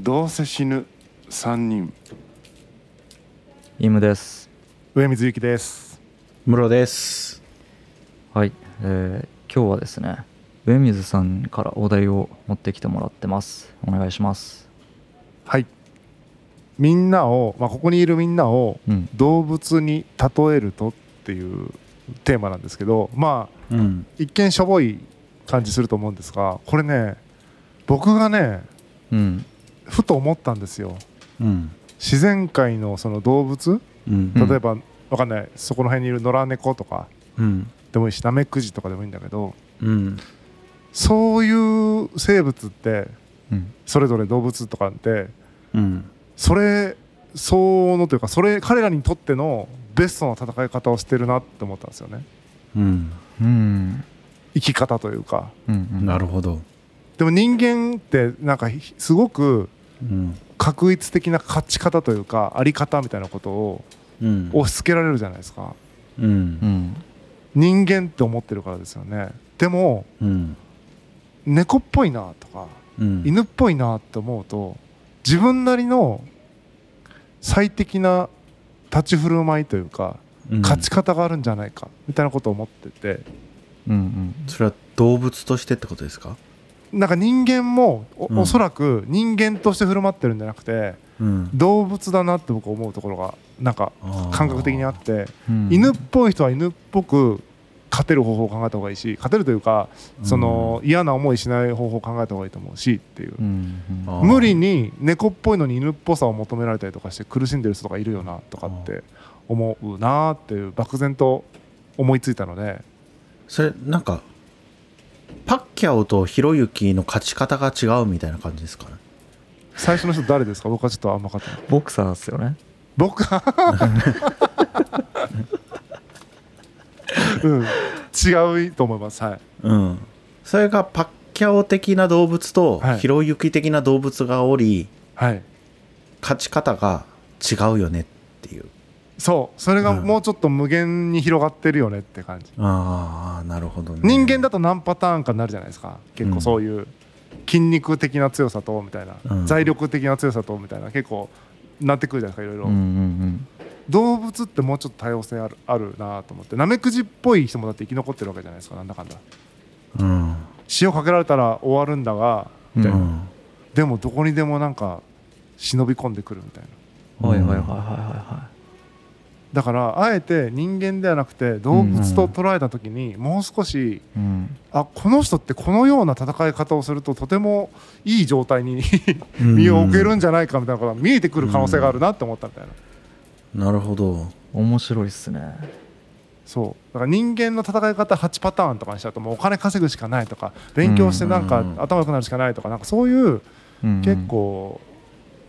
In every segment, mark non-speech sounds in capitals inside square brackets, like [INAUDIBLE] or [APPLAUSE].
どうせ死ぬ3人イムです上水幸です室ですはい、えー今日はですね上水さんからお題を持ってきてもらってますお願いしますはいみんなを、まあ、ここにいるみんなをうん動物に例えるとっていうテーマなんですけどまあうん一見しょぼい感じすると思うんですがこれね僕がねうんふと思ったんですようん自然界のその動物うん例えば、わかんないそこの辺にいる野良猫とかうんでもいいしナメクジとかでもいいんだけどうんそういう生物ってうんそれぞれ動物とかってうんそれ相応のというかそれ彼らにとってのベストな戦い方をしてるなって思ったんですよねうんうん生き方というかうんうんなるほどでも人間ってなんかひすごくうん確一的な勝ち方というかあり方みたいなことをうん押し付けられるじゃないですかううんん人間って思ってるからですよねでもうん猫っぽいなとかうん犬っぽいなって思うと自分なりの最適な立ち振る舞いというかうん勝ち方があるんじゃないかみたいなことを思っててうんうんそれは動物としてってことですかなんか人間もお,、うんおそらく人間として振る舞ってるんじゃなくてうん動物だなって僕思うところがなんか感覚的にあってうん犬っぽい人は犬っぽく勝てる方法を考えた方がいいし勝てるというかその嫌な思いしない方法を考えた方がいいと思うしっていうう。んうんあー無理に猫っぽいのに犬っぽさを求められたりとかして苦しんでる人とかいるよなとかって思うなーっていう漠然と思いついたのでそれなんかパッキャオとひろゆきの勝ち方が違うみたいな感じですかね最初の人誰ですか僕はちょっとあんま分かってないボクサーですよね僕 [LAUGHS] はうん違うと思いますはいうんそれがパッキャオ的な動物とはいひろゆき的な動物がおりはい勝ち方が違うよねっていうそうそれがうんもうちょっと無限に広がってるよねって感じああなるほどね人間だと何パターンかになるじゃないですか結構そういう筋肉的な強さとみたいな、うん財力的な強さとみたいな結構なってくるじゃないですかいろいろ、うんうん動物ってもうちょっと多様性あるあるなと思ってナメクジっぽい人もだって生き残ってるわけじゃないですかなんだかんだうん塩かけられたら終わるんだがうんううんんでもどこにでもなんか忍び込んでくるみたいなはいはいはいはいはだからあえて人間ではなくて動物と捉えた時にもう少しいうんあこの人ってこのような戦い方をするととてもいい状態にうん身を置けるんじゃないかみたいなことが見えてくる可能性があるなって思ったみたいななるほど面白いっすねそうだから人間の戦い方8パターンとかにしちゃうともうお金稼ぐしかないとか勉強してなんかうんうんうん頭良くなるしかないとかなんかそういううんうん結構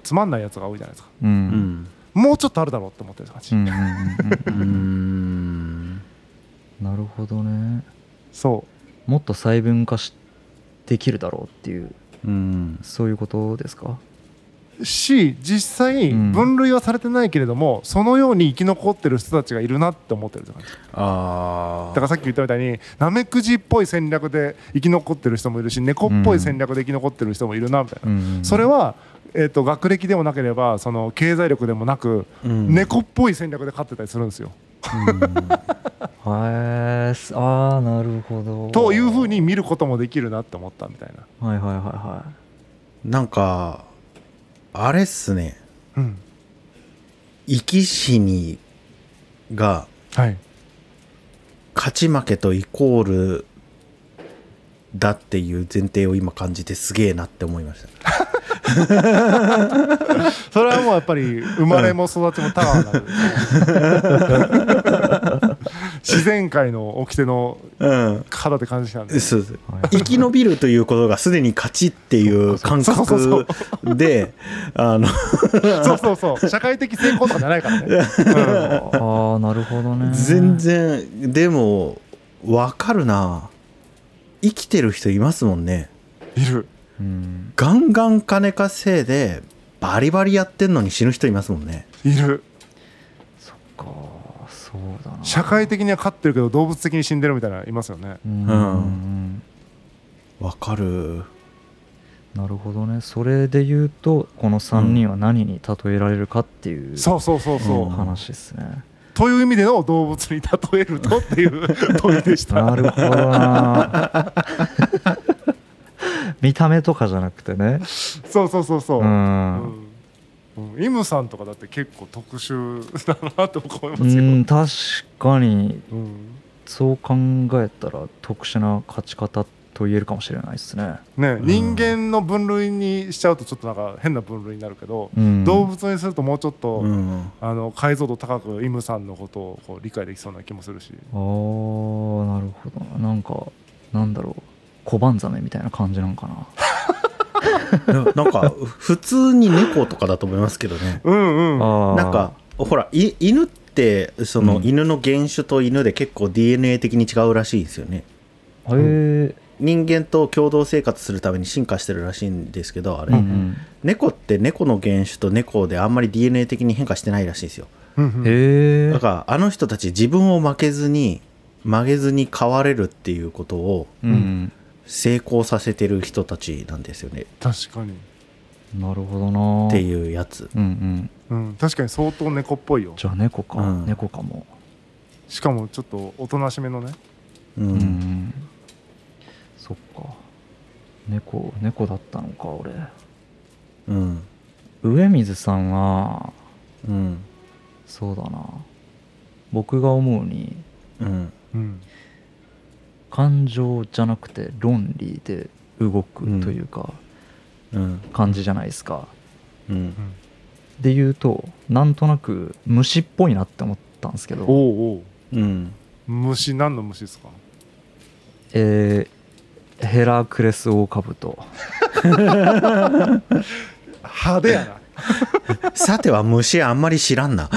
つまんないやつが多いじゃないですかううんんもうちょっとあるだろうって思ってる感うじ、んうんうんううんんなるほどねそもっと細分化しできるだろうっていううんそういうことですかうし実際うん分類はされてないけれどもそのように生き残ってる人たちがいるなって思ってるって感じあだかあらさっき言ったみたいにナメクジっぽい戦略で生き残ってる人もいるし猫っぽい戦略で生き残ってる人もいるなみたいな、それは、えー、と学歴でもなければその経済力でもなく猫っぽい戦略で勝ってたりするんですよ。はいすああなるほどというふうに見ることもできるなって思ったみたいな。はいはいはいはなんかあれっすねうん生き死にがはい、勝ち負けとイコールだっていう前提を今感じてすげえなって思いましたそれはもうやっぱり生まれも育ちもタワーなんで自然界の掟のうん肌で感じたんでそうそうはい生き延びるということがすでに勝ちっていう感そうそうそう覚であのそうそうそう社会的成功とかじゃないからね、うんああなるほどね全然でもわかるな生きてる人いますもんねいるうんガンガン金稼いでバリバリやってんのに死ぬ人いますもんねいるそっかそうだな社会的には勝ってるけど動物的に死んでるみたいなのいますよねうんうんうんわかるなるほどねそれで言うとこの3人は何に例えられるかっていう、そうそうそうそう、うん話ですね、という意味での動物に例えるとっていう問いでしたなるほどな [LAUGHS] 見た目とかじゃなくてねそうそうそうそう、ううんん、うんイムさんとかだって結構特殊だなと思いますうよ、ん、確かにうんそう考えたら特殊な勝ち方と言えるかもしれないですね、ね、ん人間の分類にしちゃうとちょっとなんか変な分類になるけど、うん、動物にするともうちょっと、うんあの解像度高くイムさんのことをこう理解できそうな気もするしあーなるほどななんかなんだろう小判ザメみたいな感じなんかなななんか [LAUGHS] 普通に猫とかだと思いますけどねうんうんあーなんかほらい犬ってそのうん犬の原種と犬で結構 DNA 的に違うらしいんですよねへえ人間と共同生活するために進化してるらしいんですけどあうんれ、うん猫って猫の原種と猫であんまり DNA 的に変化してないらしいんですようんうんへえだからあの人たち自分を負けずに曲げずに変われるっていうことをうん成功させてる人たちなんですよね確かに、なるほどなっていうやつうんうんうん、確かに相当猫っぽいよじゃあ猫か、うん猫かもしかもちょっとおとなしめのねううん、んそっか猫猫だったのか俺うん上水さんはうんそうだな僕が思うにうんうん感情じゃなくて論理で動くうんというかうん感じじゃないですか、うんで言うとなんとなく虫っぽいなって思ったんですけおど、うおううん虫何の虫ですかえーヘラクレスオオカブト派手やなさては虫あんまり知らんな。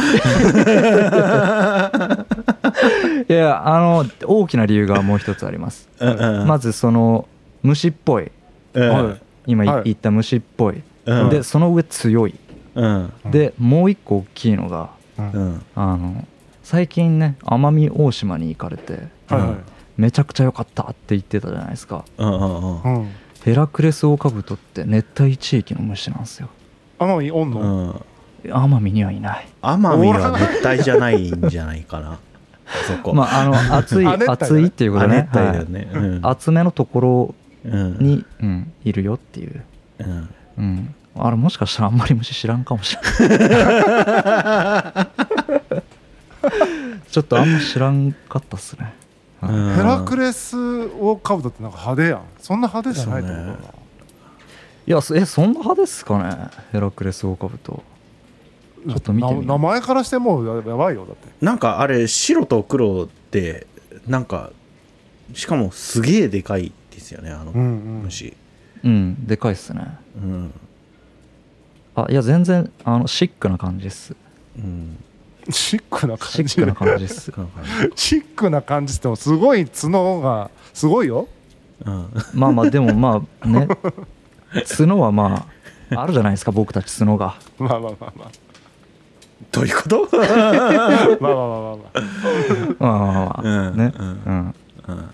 いやあの大きな理由がもう一つあ [LAUGHS] り [LAUGHS] ますままずその虫っぽいず、はい今いはい言った虫っぽい、うんでその上強い、うん、うんでもう一個大きいのがうん、あの最近ね奄美大島に行かれてはいはめちゃくちゃ良かったって言ってたじゃないですかうん、うん、い、うん、ヘラクレスオオカブトって熱帯地域の虫なんですよ奄美おんの、うん。うん奄美にはいない奄美は熱帯じゃないんじゃないかな。あそこ。ま [LAUGHS] ああの暑い亜熱帯だね暑いっていうこと亜ね熱帯だよね。はいはい厚めのところうん、うん、に、うんいるよっていう、うん。うん、あれもしかしたらあんまり虫知らんかもしれない [LAUGHS] ちょっとあんま知らんかったっすね、はいうんヘラクレスをカブトってなんか派手やんそんな派手じゃないと思うそういやそえそんな派ですかねヘラクレスオオカブトなちょっと見てみような名前からしてもうややばいよだってなんかあれ、白と黒って、なんか。しかも、すげえでかいですよね、あのん虫。うんでかいっすねうん、あいや全然あのシックな感じっすうん、シックなシ感ッじクな感じっすなんかねシックな感じってもすごい角がすごいようん、 [LAUGHS] まあまあでもまあね角はまああるじゃないですか僕たち角がまあまあまあまあどういうこと。 [LAUGHS] まあまあまあまあままあまあまあまあうんねううんん、うん、っっ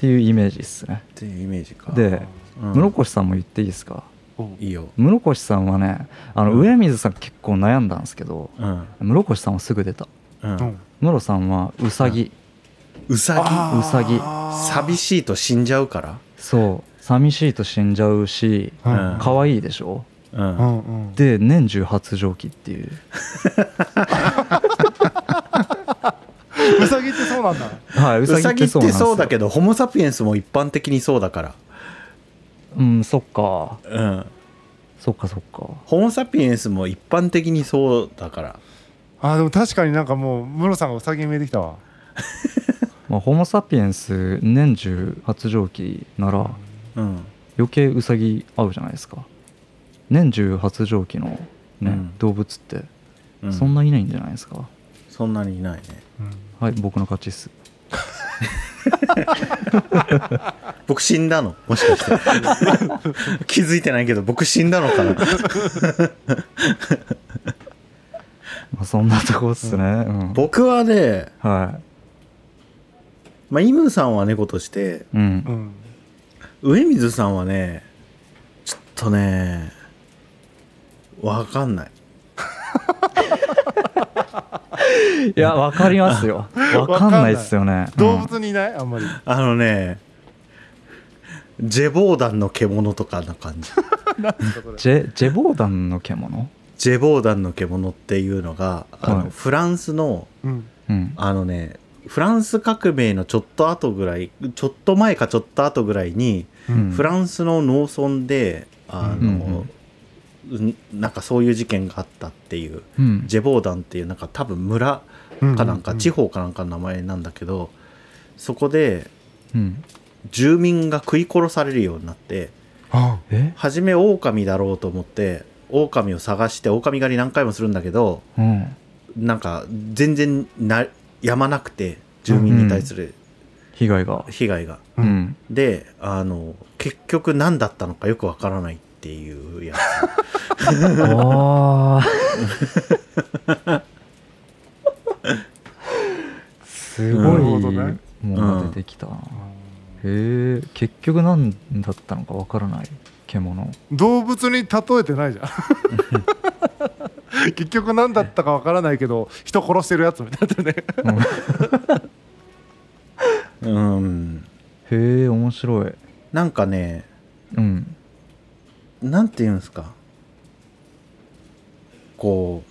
ていうイメージですねていうイメージか。でうん、室越さんも言っていいですかいいよ。室越さんはねあのうん上水さん結構悩んだんですけどうん、室越さんはすぐ出たうんあ、う、ん、室さんはウサギうさうさぎぎ寂しいと死んじゃうからそう寂しいと死んじゃうしうんうん可愛いでしょううんんうんで年中発情期っていううさぎってそうなんだはいう [LAUGHS] ウサさギぎってそっうなんてですよそうだけどホモ・サピエンスも一般的にそうだから、うんそっかうん、そっかそっかホモ・サピエンスも一般的にそうだからあーでも確かになんかもうムロさんがうさぎに見えてきたわまあ、ホモ・サピエンス年中発情期ならうん余計ウサギ合うじゃないですか年中発情期の、ねうん動物ってうんそんないないんじゃないですか、そんなにいないねうんはい僕の勝ちっす僕死んだのもしかして [LAUGHS] 気づいてないけど僕死んだのかなまあ、そんなとこっすね、うん僕はね、はまあ、イムさんは猫としてい、うんうん上水さんはねちょっとねわかんないいや、わかりますよ。 [LAUGHS] わかんないですよね。動うん物にいないあんまりあのねジェボーダンの獣とかな感じジェジェボーダンの獣ジェボーダンの獣っていうのがあの、はいフランスのうんうん。あのねフランス革命のちょっと後ぐらいちょっと前かちょっと後ぐらいに、うんフランスの農村であの、んなんかそういう事件があったっていううん。ジェボーダンっていうなんか多分村かなんか、地方かなんかの名前なんだけどそこでうん住民が食い殺されるようになってあえ初め狼だろうと思って狼を探して狼狩り何回もするんだけどうん。なんか全然なやまなくて住民に対する被害が。被害が。ううんん。であの結局何だったのかよくわからないっていうやつ。ああ。すごいなるほどねものが出てきたな。へえ、結局何だったのかわからない獣。動物に例えてないじゃん結局何だったかわからないけど人殺してるやつみたいなねうん [LAUGHS] [LAUGHS] うんへえ、面白い。なんかねうん。なんて言うんですかこう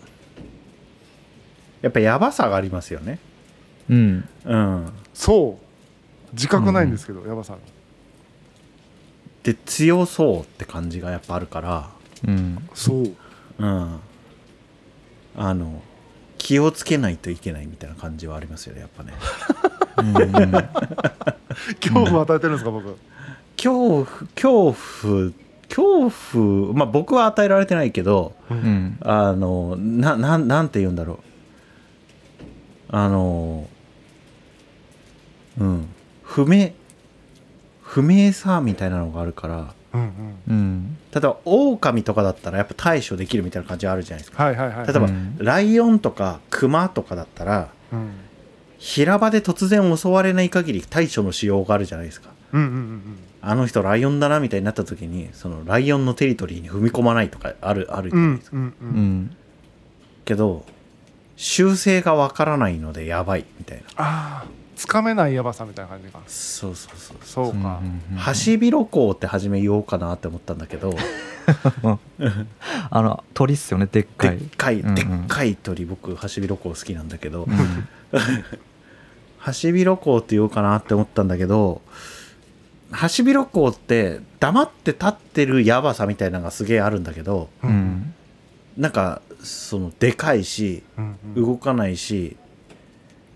やっぱやばさがありますよねうん。うんそう自覚ないんですけど、ヤバさんで強そうって感じがやっぱあるかうん。そうらうんあの気をつけないといけないみたいな感じはありますよねやっぱねうん恐怖を与えてるんですか、僕恐怖恐怖恐怖まあ僕は与えられてないけどうん。あのななんなんて言うんだろうあのうん不明不明さみたいなのがあるからうんうんうん。例えばオオカミとかだったらやっぱ対処できるみたいな感じあるじゃないですかはいはいはい例えば、うんライオンとかクマとかだったらうん平場で突然襲われない限り対処のしようがあるじゃないですかうんうんうんあの人ライオンだなみたいになった時にそのライオンのテリトリーに踏み込まないとかあるあるじうゃんうないんですか、うんううんん。けど修正がわからないのでやばいみたいなああつかめないヤバさみたいな感じかそうそうそうそうか、んんんハシビロコウって初め言おうかなって思ったんだけど、 [LAUGHS] あの鳥っすよねでっかでいっかい、うんうんでっかい鳥僕ハシビロコウ好きなんだけど、うんハシビロコウって言おうかなって思ったんだけどハシビロコウって黙って立ってるやばさみたいなのがすげえあるんだけどう、んなんかそのでかいしうんうん動かないし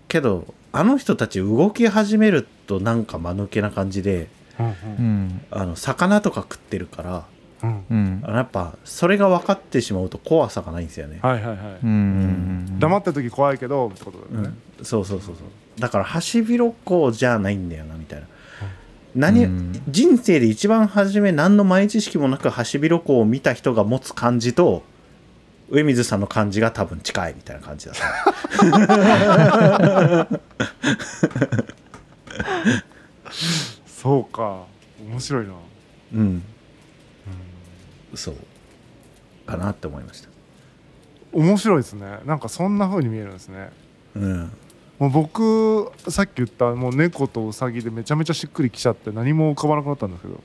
けどあの人たち動き始めるとなんか間抜けな感じでうんうんあの魚とか食ってるからうんうんあのやっぱそれが分かってしまうと怖さがないんですよね、はいはいはい、うん黙ってる時怖いけどってことだよね、そうそうそうそうだからハシビロコウじゃないんだよなみたいな何、うん人生で一番初め何の前知識もなくハシビロコウを見た人が持つ感じと上水さんの感じが多分近いみたいな感じだったそうか面白いなうんそうかなって思いました面白いですねなんかそんな風に見えるんですねうんもう僕さっき言ったもう猫とウサギでめちゃめちゃしっくりきちゃって何も浮かばなくなったんだけど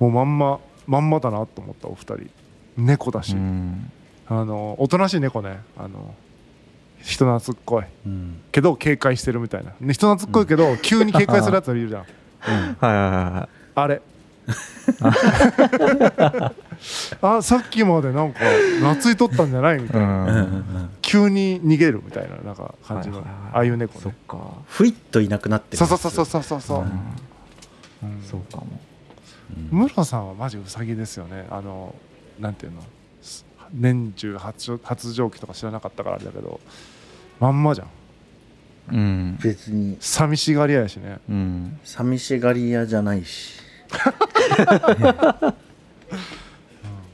もうまんままんまだなと思ったお二人猫だし、うんあのおとなしい猫ねあの人懐っこいうんけど警戒してるみたいな、ね、人懐っこいけど急に警戒するやついるじゃんはいはいはいはあれ [LAUGHS] あさっきまでなんか懐いとったんじゃないみたいいな、うんうんううんん急に逃げるみたいななんか感じの、はいはいはいああいう猫そっねかふいっといなくなってるそうそうそうそうそうそう、うんうんそうかもうんムロさんはマジウサギですよねあのなんていうのす年中発情発情期とか知らなかったからあれだけどまんまじゃんうん別に寂しがり屋やしねうん寂しがり屋じゃないし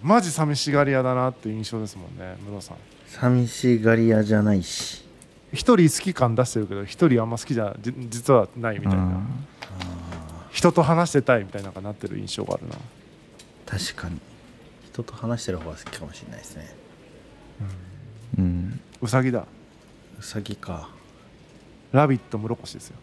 マジ寂しがり屋だなっていう印象ですもんねムロさん寂しがり屋じゃないし一人好き感出してるけど一人あんま好きじゃじ実はないみたいな、人と話してたいみたいななんかなってる印象があるな確かに人と話してる方が好きかもしれないですねうん。うさぎだうさぎか「ラビット!」室越ですよ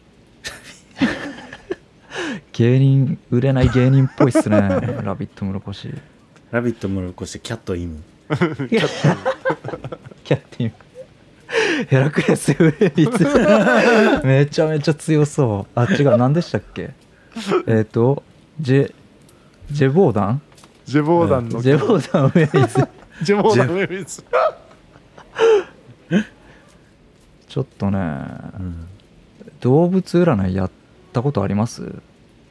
芸人、売れない芸人っぽいっ [LAUGHS] すね。ラビット室越。 「ラビット!」もこしてキャットイムキャッティングヘラクレスウェイビー [LAUGHS] ツめちゃめちゃ強そうあ違う何でしたっけえっ、とジェジェボーダンジェボーダンの、ジェボーダンウェイビーツ [LAUGHS] ジェボーダンの恵比寿 [LAUGHS] ちょっとねうん動物占いやったことあります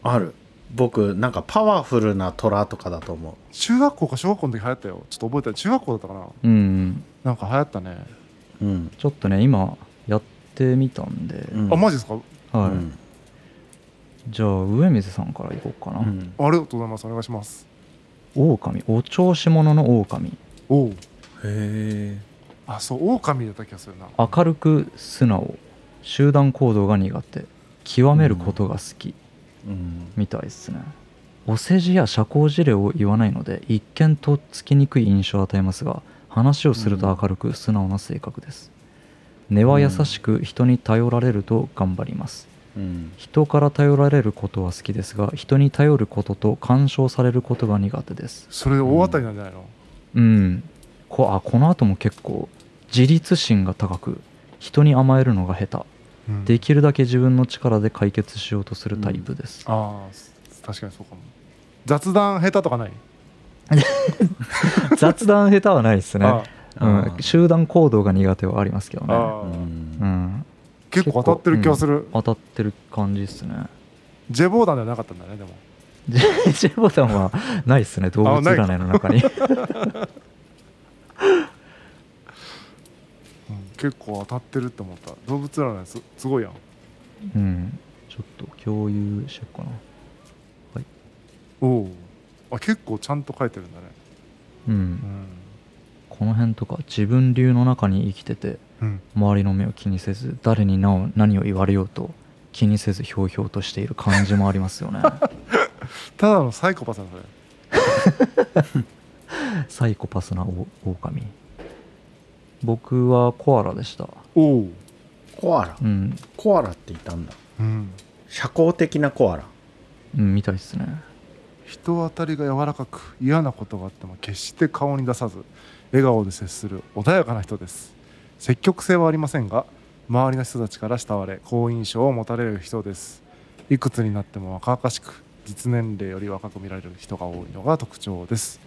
ある僕なんかパワフルな虎とかだと思う中学校か小学校の時流行ったよちょっと覚えてない中学校だったかなうんなんか流行ったね、うん、ちょっとね今やってみたんで、うんあマジですかはい、うんじゃあ上水さんからいこうかな、うんありがとうございますお願いします狼お調子者の狼おうへえあそう狼だった気がするな明るく素直集団行動が苦手極めることが好き、うんみたいですねお世辞や社交辞令を言わないので一見とっつきにくい印象を与えますが話をすると明るく素直な性格です、根は優しく人に頼られると頑張りますうん人から頼られることは好きですが人に頼ることと干渉されることが苦手ですそれで大当たりなんじゃないの、うんこあこの後も結構自立心が高く人に甘えるのが下手うんできるだけ自分の力で解決しようとするタイプです、ああ確かにそうかも雑談下手とかない、雑談下手はないですねあうんあ、ー集団行動が苦手はありますけどあね、うああうんん、結構当たってる気がする、当たってる感じですねジェボーダンではなかったんだねでもジェジェボタンはないですね動物ない占いの中に [LAUGHS] うん結構当たってるって思った動物占いすすごいやんうんちょっと共有しようかなおおあ結構ちゃんと書いてるんだねううんん、この辺とか自分流の中に生きててうん、周りの目を気にせず誰になお何を言われようと気にせずひょうひょうとしている感じもあります [LAUGHS] よねただのサイコパスだそれサイコパスなオオカミ僕はコアラでしたおおコアラうん、コアラっていたんだうん社交的なコアラうん、みたいですね人当たりが柔らかく嫌なことがあっても決して顔に出さず笑顔で接する穏やかな人です積極性はありませんが周りの人たちから慕われ好印象を持たれる人ですいくつになっても若々しく実年齢より若く見られる人が多いのが特徴です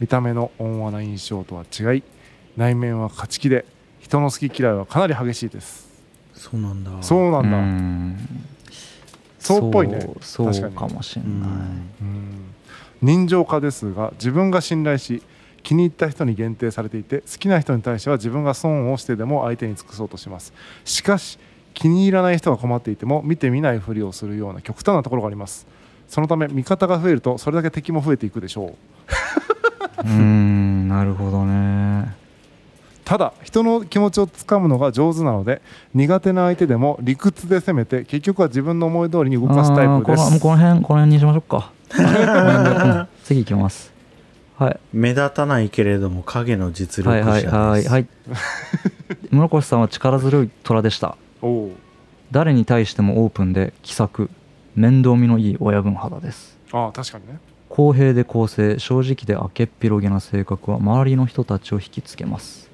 見た目の温和な印象とは違い内面は勝ち気で人の好き嫌いはかなり激しいですそうなんだそうなんだ、んそうっぽいねそう確そかうにかもしれうない、んうん人情家ですが自分が信頼し気に入った人に限定されていて好きな人に対しては自分が損をしてでも相手に尽くそうとしますしかし気に入らない人が困っていても見て見ないふりをするような極端なところがありますそのため味方が増えるとそれだけ敵も増えていくでしょううーんなるほどねただ人の気持ちをつかむのが上手なので苦手な相手でも理屈で攻めて結局は自分の思い通りに動かすタイプであーこのもうすこの辺この辺にしましょうかこの [LAUGHS] 辺でうん次行きますはい目立たないけれども影の実は力い者はでいすは [LAUGHS] いはい室越さんは力強い虎でしたおおう誰に対してもオープンで気さく面倒見のいい親分肌ですああ確かにね公平で公正正直で明けっぴろげな性格は周りの人たちを引きつけます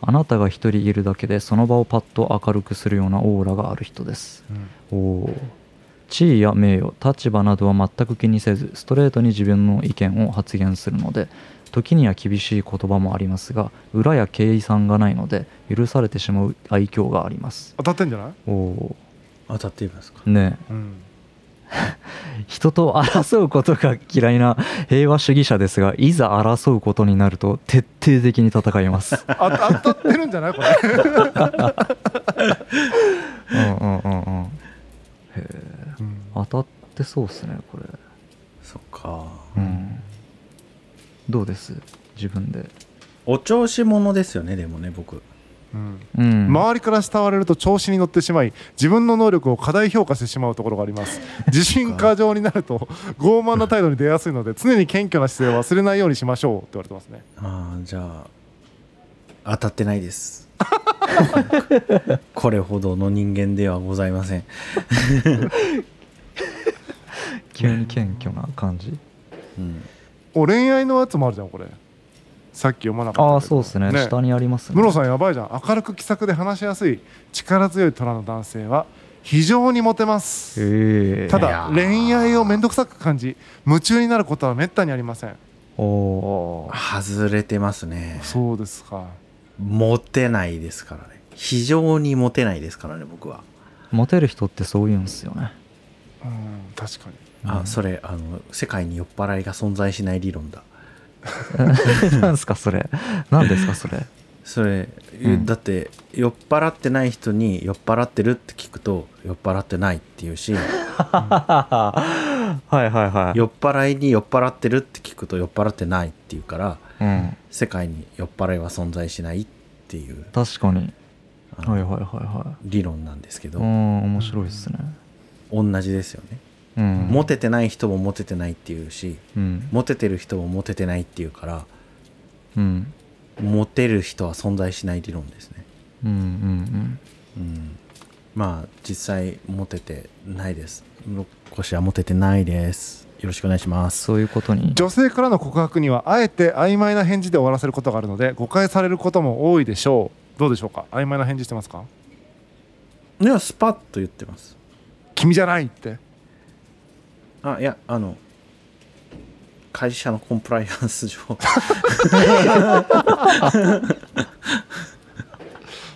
あなたが一人いるだけでその場をパッと明るくするようなオーラがある人ですうんおおー地位や名誉立場などは全く気にせずストレートに自分の意見を発言するので時には厳しい言葉もありますが裏や敬意さんがないので許されてしまう愛嬌があります当たってんじゃないおお当たっていますかーねえうん人と争うことが嫌いな [LAUGHS] 平和主義者ですがいざ争うことになると徹底的に戦います [LAUGHS] あ当たってるんじゃないこれうんうんうんうんへえうん当たってそうっすねこれそっかうんどうです自分でお調子者ですよねでもね僕うんうん周りから慕われると調子に乗ってしまい自分の能力を過大評価してしまうところがあり [LAUGHS] ます自信過剰になると傲慢な態度に出やすいので常に謙虚な姿勢を忘れないようにしましょうって言われてますねああじゃあ当たってないです [LAUGHS] これほどの人間ではございません、急に謙虚な感じうん、お恋愛のやつもあるじゃんこれさっき読まなかったああけどそうですね下にありますねムロさんやばいじゃん明るく気さくで話しやすい力強い虎の男性は非常にモテますええたいやだー恋愛を面倒くさく感じ夢中になることはめったにありませんおー外れてますねそうですかモテないですからね非常にモテないですからね僕はモテる人ってそういうんすよねう [LAUGHS] ん確かにあ、それあの世界に酔っ払いが存在しない理論だなんすかそれなんですかそれそれ、うんだって酔っ払ってない人に酔っ払ってるって聞くと酔っ払ってないっていうし [LAUGHS] はいはいはい酔っ払いに酔っ払ってるって聞くと酔っ払ってないっていうからうん、世界に酔っ払いは存在しないっていう確かにあのはいはいはいは理論なんですけいど、うん面白いっすね同じですよね、うんモテてない人もモテてないっていうしうんモテてる人もモテてないっていうからうんモテる人は存在しない理論ですね、うんうんうん、まあ実際モテてないですロッコシはモテてないですよろしくお願いしまうんすそういうことに女性からの告白にはあえて曖昧な返事で終わらせることがあるので誤解されることも多いでしょうどうでしょうか曖昧な返事してますかいやスパッと言ってます君じゃないってあいやあの会社のコンプライアンス上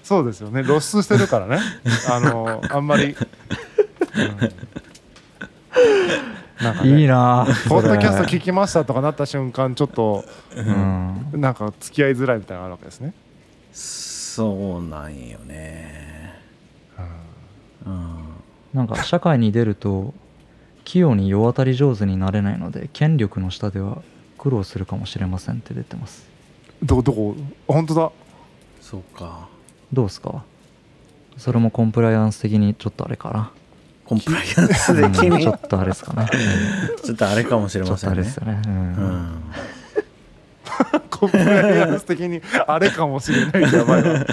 そうですよね露出してるからねあのあんまり、うんなんかねいいなぁポッドキャスト聞きましたとかなった瞬間ちょっとうんなんか付き合いづらいみたいなのがあるわけですねそうなんよねうんなんか社会に出ると器用に世渡り上手になれないので権力の下では苦労するかもしれませんって出てますどどこあ本当だそうかどうっすかそれもコンプライアンス的にちょっとあれかなコンプライアンスでうん君ちょっとあれですかねちょっとあれかもし [LAUGHS] うれんちょまっとせあんれねですよねううんんコンプライアンス的にあれかもしれないってやばいなちょっ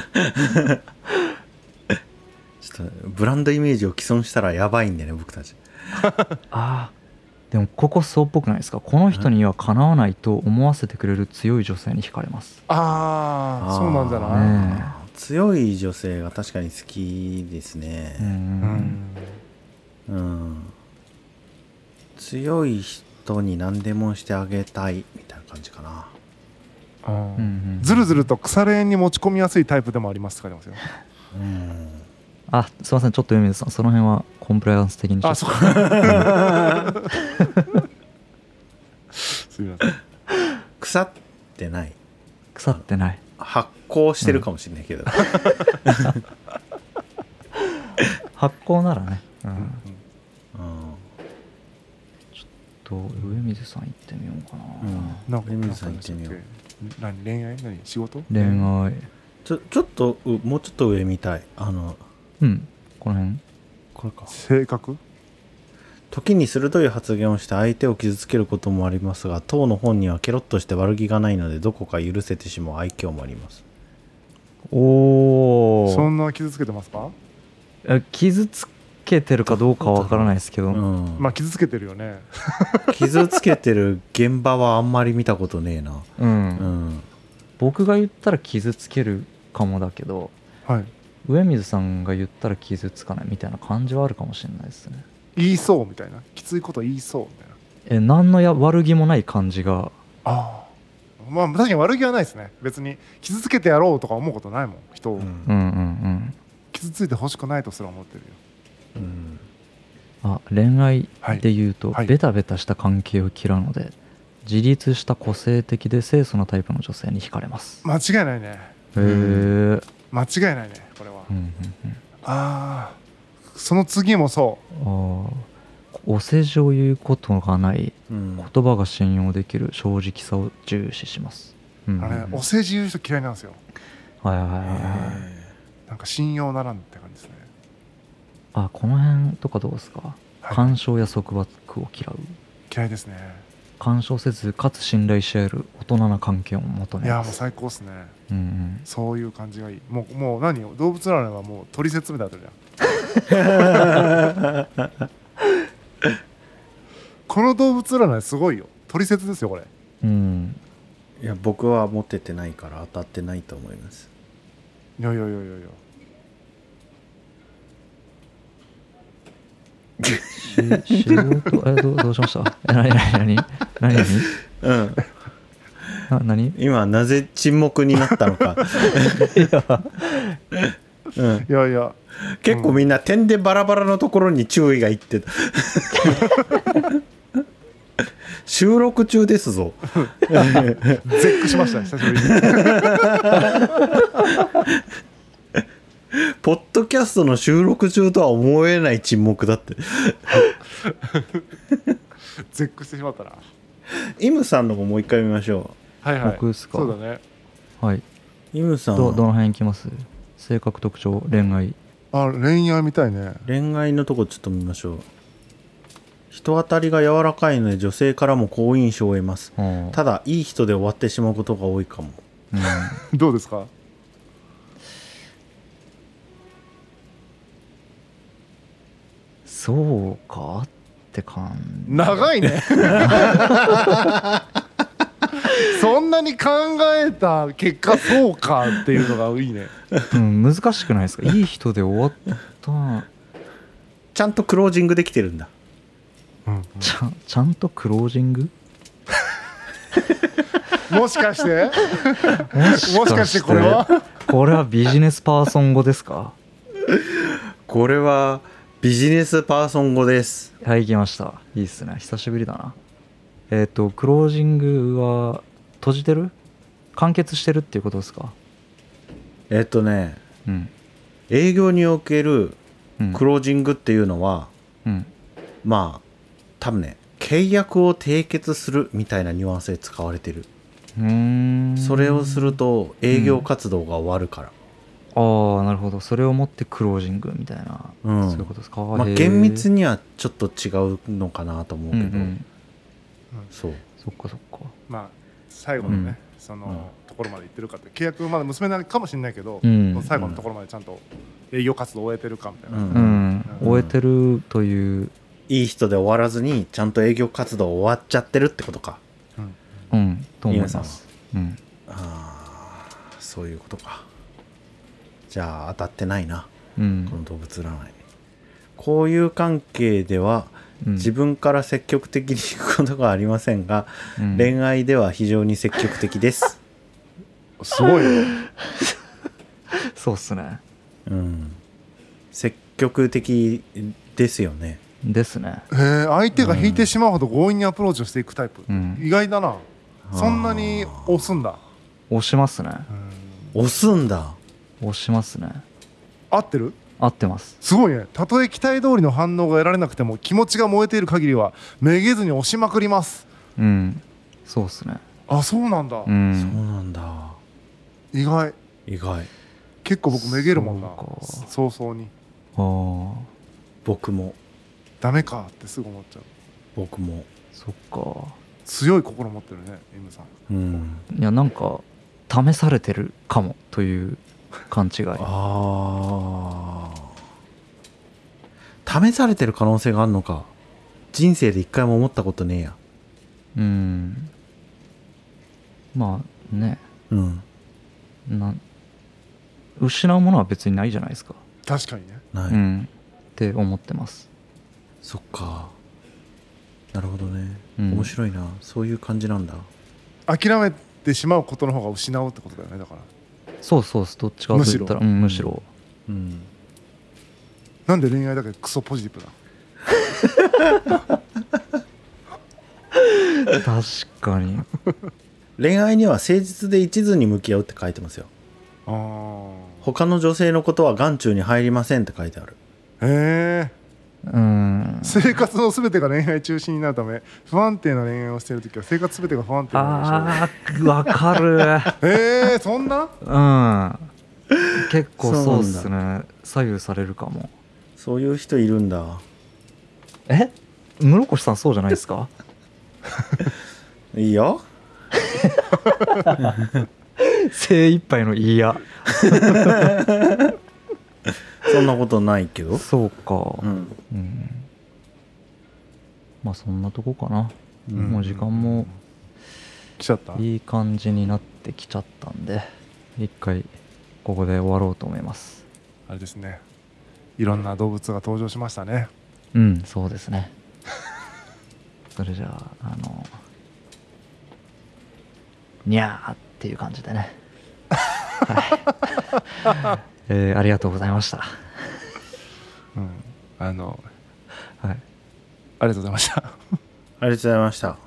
とブランドイメージを既存したらやばいんでね僕たちああでもここそうっぽくないですかこの人にはかなわないと思わせてくれる強い女性に惹かれますああそうなんじゃない、あーね強い女性が確かに好きですえうねんうん、強い人に何でもしてあげたいみたいな感じかなうんうんずるずると腐れ縁に持ち込みやすいタイプでもありますって書いてますよ。うんあすいませんちょっと梅津さんその辺はコンプライアンス的にちょっあ、とそうか。 [LAUGHS] すみません。腐ってない腐ってない発酵してるかもしれないけど、発酵ならね、うん、うんと上水さん行ってみようかな、うんなんかレミさん行ってみよう何恋愛何仕事恋愛ちょちょっとうもうちょっと上見たいあのうんこの辺これか性格時に鋭い発言をして相手を傷つけることもありますが当の本にはケロッとして悪気がないのでどこか許せてしまう愛嬌もありますおそおんな傷つけてますか傷つけてるかどうかわからないですけど、うん、まあ傷つけてるよね。傷つけてる現場はあんまり見たことねえなうんうん僕が言ったら傷つけるかもだけどはい。上水さんが言ったら傷つかないみたいな感じはあるかもしれないですね言いそうみたいな。きついこと言いそうみたいな。え何のや悪気もない感じがああ。まあ確かに悪気はないですね。別に傷つけてやろうとか思うことないもん。人うをんうんうん傷ついてほしくないとすら思ってるよ。うんうんあ恋愛はいで言うと、はいベタベタした関係を嫌うので自立した個性的で清楚なタイプの女性に惹かれます間違いないね。へえ、うん間違いないね。これは。うんああ。その次もそう。うん、ああお世辞を言うことがないうん言葉が信用できる正直さを重視します、うんうんあれ、お世辞言う人嫌いなんですよ。あはいはいはいはいなんか信用ならんって感じですねあこの辺とかどうですかはい干渉や束縛を嫌う嫌いですね干渉せずかつ信頼し合える大人な関係を求いめやまもうす最高っすねうんうんそういう感じがいいもうもう何よ動物なのはもう取説明だったじゃん [LAUGHS] この動物占いすごいよ取説ですよこれうんいや僕は持っててないから当たってないと思いますいやいやいやいやいやし仕事えどうどうしましたえ何何何何何うんな何今なぜ沈黙になったの [LAUGHS] か、うん、いやいや結構みんな点でバラバラのところに注意がいってた収録中ですぞ絶句しました久しぶり [LAUGHS] にポッドキャストの収録中とは思えない沈黙だって絶句してしまったなイムさんのももう一回見ましょはいはい僕っすかそうだねはい、うイムさんどどのは辺行きます性格特徴恋愛あ恋愛みたいね恋愛のとこちょっと見ましょう人当たりが柔らかいので女性からも好印象を得ますうんただいい人で終わってしまうことが多いかもうんどうですかそうかって感じ長いねそんなに考えた結果そうかっていうのがいいねうん、難しくないですかいい人で終わ [LAUGHS] ったちゃんとクロージングできてるんだちゃんちゃんとクロージングもしかしてももしかしてこれはこれはビジネスパーソン語ですかこれはビジネスパーソン語ですはい来ましたいいっすね久しぶりだなえっ、とクロージングは閉じてる完結してるっていうことですかえっとねうん営業におけるうんクロージングっていうのは、うんまあ多分ね契約を締結するみたいなニュアンスで使われてるうーんそれをすると営業活動が終わるから、ああなるほどそれを持ってクロージングみたいな、うんそういうことですか、まあ、へー厳密にはちょっと違うのかなと思ううんけうど、んそうそっかそっかまあ最後のね、そのところまで行ってるかって契約まだ結べないかもしれないけど、うん最後のところまでちゃんと営業活動を終えてるかみたいな、うんうん、終えてるといういい人で終わらずにちゃんと営業活動終わっちゃってるってことかうん、と思い皆さんまはす。うん、あーそういうことかじゃあ当たってないなうこのん、動物占いこういう関係ではうん自分から積極的に行くことがありませんが、うん恋愛では非常に積極 [LAUGHS] 的です、すごいよそうっすね。うん、積極的ですよねですね。へー相手が引いてしまうほど強引にアプローチをしていくタイプ、うん意外だなそんなに押すんだ、押しますね。押すんだ押しますね。合ってる合ってます。すごいねたとえ期待通りの反応が得られなくても気持ちが燃えている限りはめげずに押しまくりますうん、そうっすね。あそうなんだ、うん、そうなんだ意外意外結構僕めげるもんなそうか早々にああ、僕もダメかってすぐ思っちゃう僕もそっか。強い心持ってるね M さんうんいや、なんか試されてるかもという勘違い。ああ試されてる可能性があるのか人生で一回も思ったことねえやうん。まあね、うんなん失うものは別にないじゃないですか。確かにねない、うん、って思ってます。そっかなるほどね、うん面白いなそういう感じなんだ諦めてしまうことの方が失うってことだよねだからそうそうっす、どっちかと言ったら、むしろうんむしろ。うんなんで恋愛だけクソポジティブだ確かに恋愛には誠実で一途に向き合うって書いてますよあー他の女性のことは眼中に入りませんって書いてあるへえうん生活の全てが恋愛中心になるため不安定な恋愛をしているときは生活全てが不安定になるでしょう [LAUGHS] あーわかるえー、そんなうん結構そうっすね左右されるかもそういう人いるんだえ室越さんそうじゃないです [LAUGHS] かいいよ精一杯の「いやそんなことないけ」どそうかうんうんまあそんなとこかな、んもう時間も来ちゃったいい感じになってきちゃったんで一回ここで終わろうと思いますあれですねいろんな動物が登場しましたねうんそうです [LAUGHS] ねそれじゃああのにゃーっていう感じで [LAUGHS] ねはい、 [LAUGHS] えーありがとうございましたうんあのはいありがとうございましたありがとうございました